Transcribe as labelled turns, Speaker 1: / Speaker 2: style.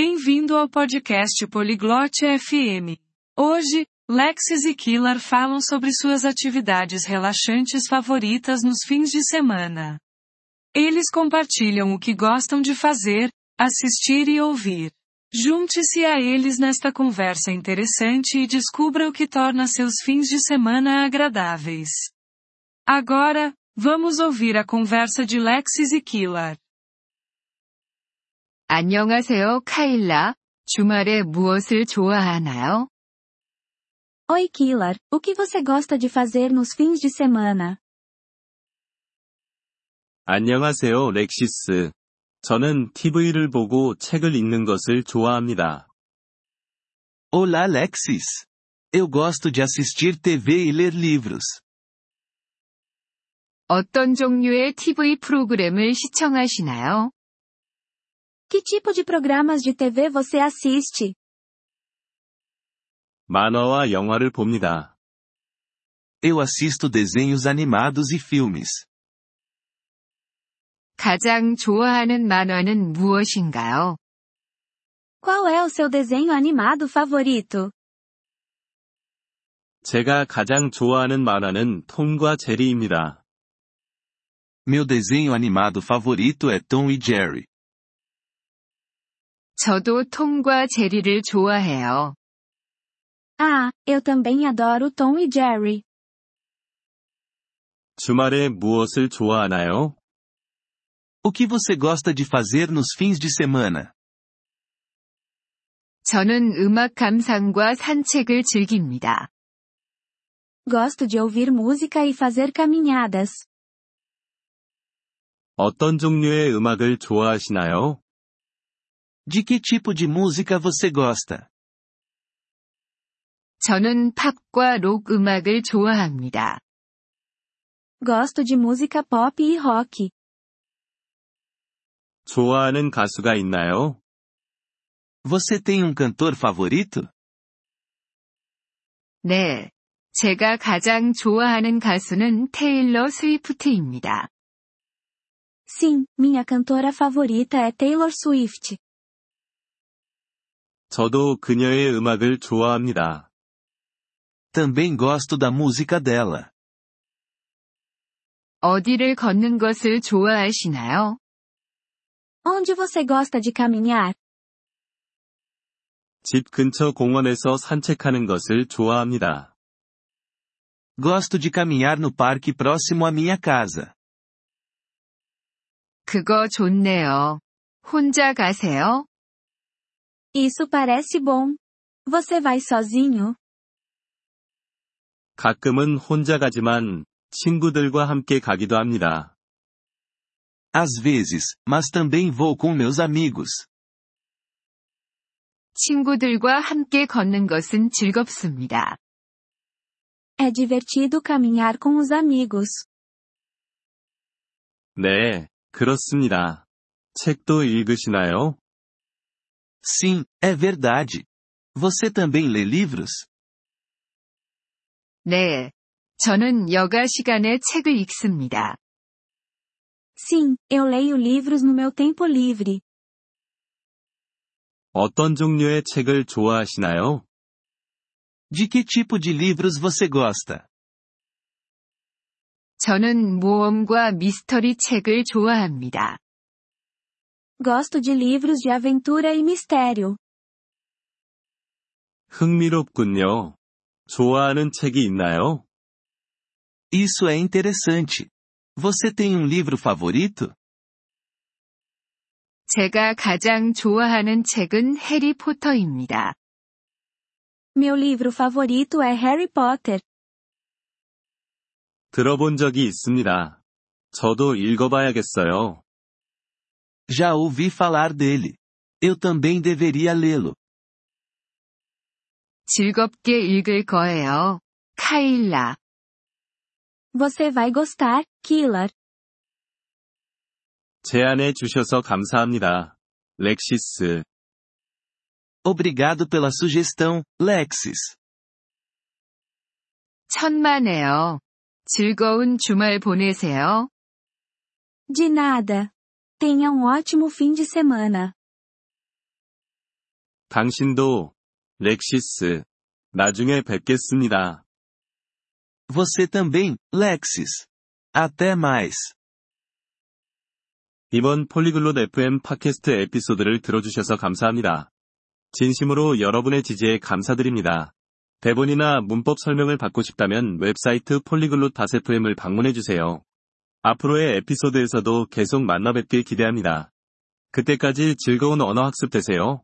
Speaker 1: Bem-vindo ao podcast Poliglote FM. Hoje, Lexis e Killer falam sobre suas atividades relaxantes favoritas nos fins de semana. Eles compartilham o que gostam de fazer, assistir e ouvir. Junte-se a eles nesta conversa interessante e descubra o que torna seus fins de semana agradáveis. Agora, vamos ouvir a conversa de Lexis e Killer.
Speaker 2: 안녕하세요, 카일라. 주말에 무엇을 좋아하나요?
Speaker 3: Oi, Killer. O que você gosta de fazer nos fins de semana?
Speaker 4: 안녕하세요, 렉시스. 저는 TV를 보고 책을 읽는 것을 좋아합니다.
Speaker 5: Olá, Lexis. Eu gosto de assistir TV e ler livros.
Speaker 2: 어떤 종류의 TV 프로그램을 시청하시나요?
Speaker 3: Que tipo de programas de TV você assiste?
Speaker 4: 만화와 영화를 봅니다.
Speaker 5: Eu assisto desenhos animados e filmes.
Speaker 2: 가장 좋아하는 만화는 무엇인가요?
Speaker 3: Qual é o seu desenho animado favorito?
Speaker 4: 제가 가장 좋아하는 만화는 톰과 제리입니다.
Speaker 5: Meu desenho animado favorito é Tom e Jerry.
Speaker 2: 저도 톰과 제리를 좋아해요.
Speaker 3: Ah, eu também adoro Tom e Jerry.
Speaker 4: 주말에 무엇을 좋아하나요?
Speaker 5: O que você gosta de fazer nos fins de semana?
Speaker 2: 저는 음악 감상과 산책을 즐깁니다.
Speaker 3: Gosto de ouvir música e fazer caminhadas.
Speaker 4: 어떤 종류의 음악을 좋아하시나요?
Speaker 5: De que tipo de música você gosta?
Speaker 2: 저는 팝과 록 음악을 좋아합니다.
Speaker 3: Gosto de música pop e rock.
Speaker 4: 좋아하는 가수가 있나요?
Speaker 5: Você tem um cantor favorito?
Speaker 2: 네. 제가 가장 좋아하는 가수는 테일러 스위프트입니다.
Speaker 3: Sim, minha cantora favorita é Taylor Swift.
Speaker 4: 저도 그녀의 음악을 좋아합니다.
Speaker 5: Também gosto da música dela.
Speaker 2: 어디를 걷는 것을 좋아하시나요?
Speaker 3: Onde você gosta de caminhar?
Speaker 4: 집 근처 공원에서 산책하는 것을 좋아합니다.
Speaker 5: Gosto de caminhar no parque próximo à minha casa.
Speaker 2: 그거 좋네요. 혼자 가세요?
Speaker 3: Isso parece bom. Você vai sozinho?
Speaker 4: 가끔은 혼자 가지만 친구들과 함께 가기도 합니다.
Speaker 5: Às vezes, mas também vou com meus amigos.
Speaker 2: 친구들과 함께 걷는 것은 즐겁습니다.
Speaker 3: É divertido caminhar com os amigos.
Speaker 4: 네, 그렇습니다. 책도 읽으시나요?
Speaker 5: Sim, é verdade. Você também lê livros?
Speaker 2: 네. 저는 여가 시간에 책을 읽습니다.
Speaker 3: Sim, eu leio livros no meu tempo livre.
Speaker 4: 어떤 종류의 책을 좋아하시나요?
Speaker 5: De que tipo de livros você gosta?
Speaker 2: 저는 모험과 미스터리 책을 좋아합니다.
Speaker 3: Gosto de livros de aventura e mistério.
Speaker 4: 흥미롭군요. 좋아하는 책이 있나요?
Speaker 5: Isso é interessante. Você tem um livro favorito?
Speaker 2: 제가 가장 좋아하는 책은 해리포터입니다.
Speaker 3: Meu livro favorito é Harry Potter.
Speaker 4: 들어본 적이 있습니다. 저도 읽어봐야겠어요.
Speaker 5: Já ouvi falar dele. Eu também deveria lê-lo.
Speaker 2: 즐겁게 읽을 거예요. 카일라.
Speaker 3: Você vai gostar, Killer.
Speaker 4: 제안해 주셔서 감사합니다. 렉시스.
Speaker 5: Obrigado pela sugestão, Lexis.
Speaker 2: 천만에요. 즐거운 주말 보내세요.
Speaker 3: De nada. Tenha um ótimo fim de semana.
Speaker 4: 당신도, 렉시스. 나중에 뵙겠습니다.
Speaker 5: Você também, Lexis. Até mais.
Speaker 4: 이번 폴리글롯 FM 팟캐스트 에피소드를 들어주셔서 감사합니다. 진심으로 여러분의 지지에 감사드립니다. 대본이나 문법 설명을 받고 싶다면 웹사이트 폴리글롯 FM을 방문해주세요. 앞으로의 에피소드에서도 계속 만나뵙길 기대합니다. 그때까지 즐거운 언어학습 되세요.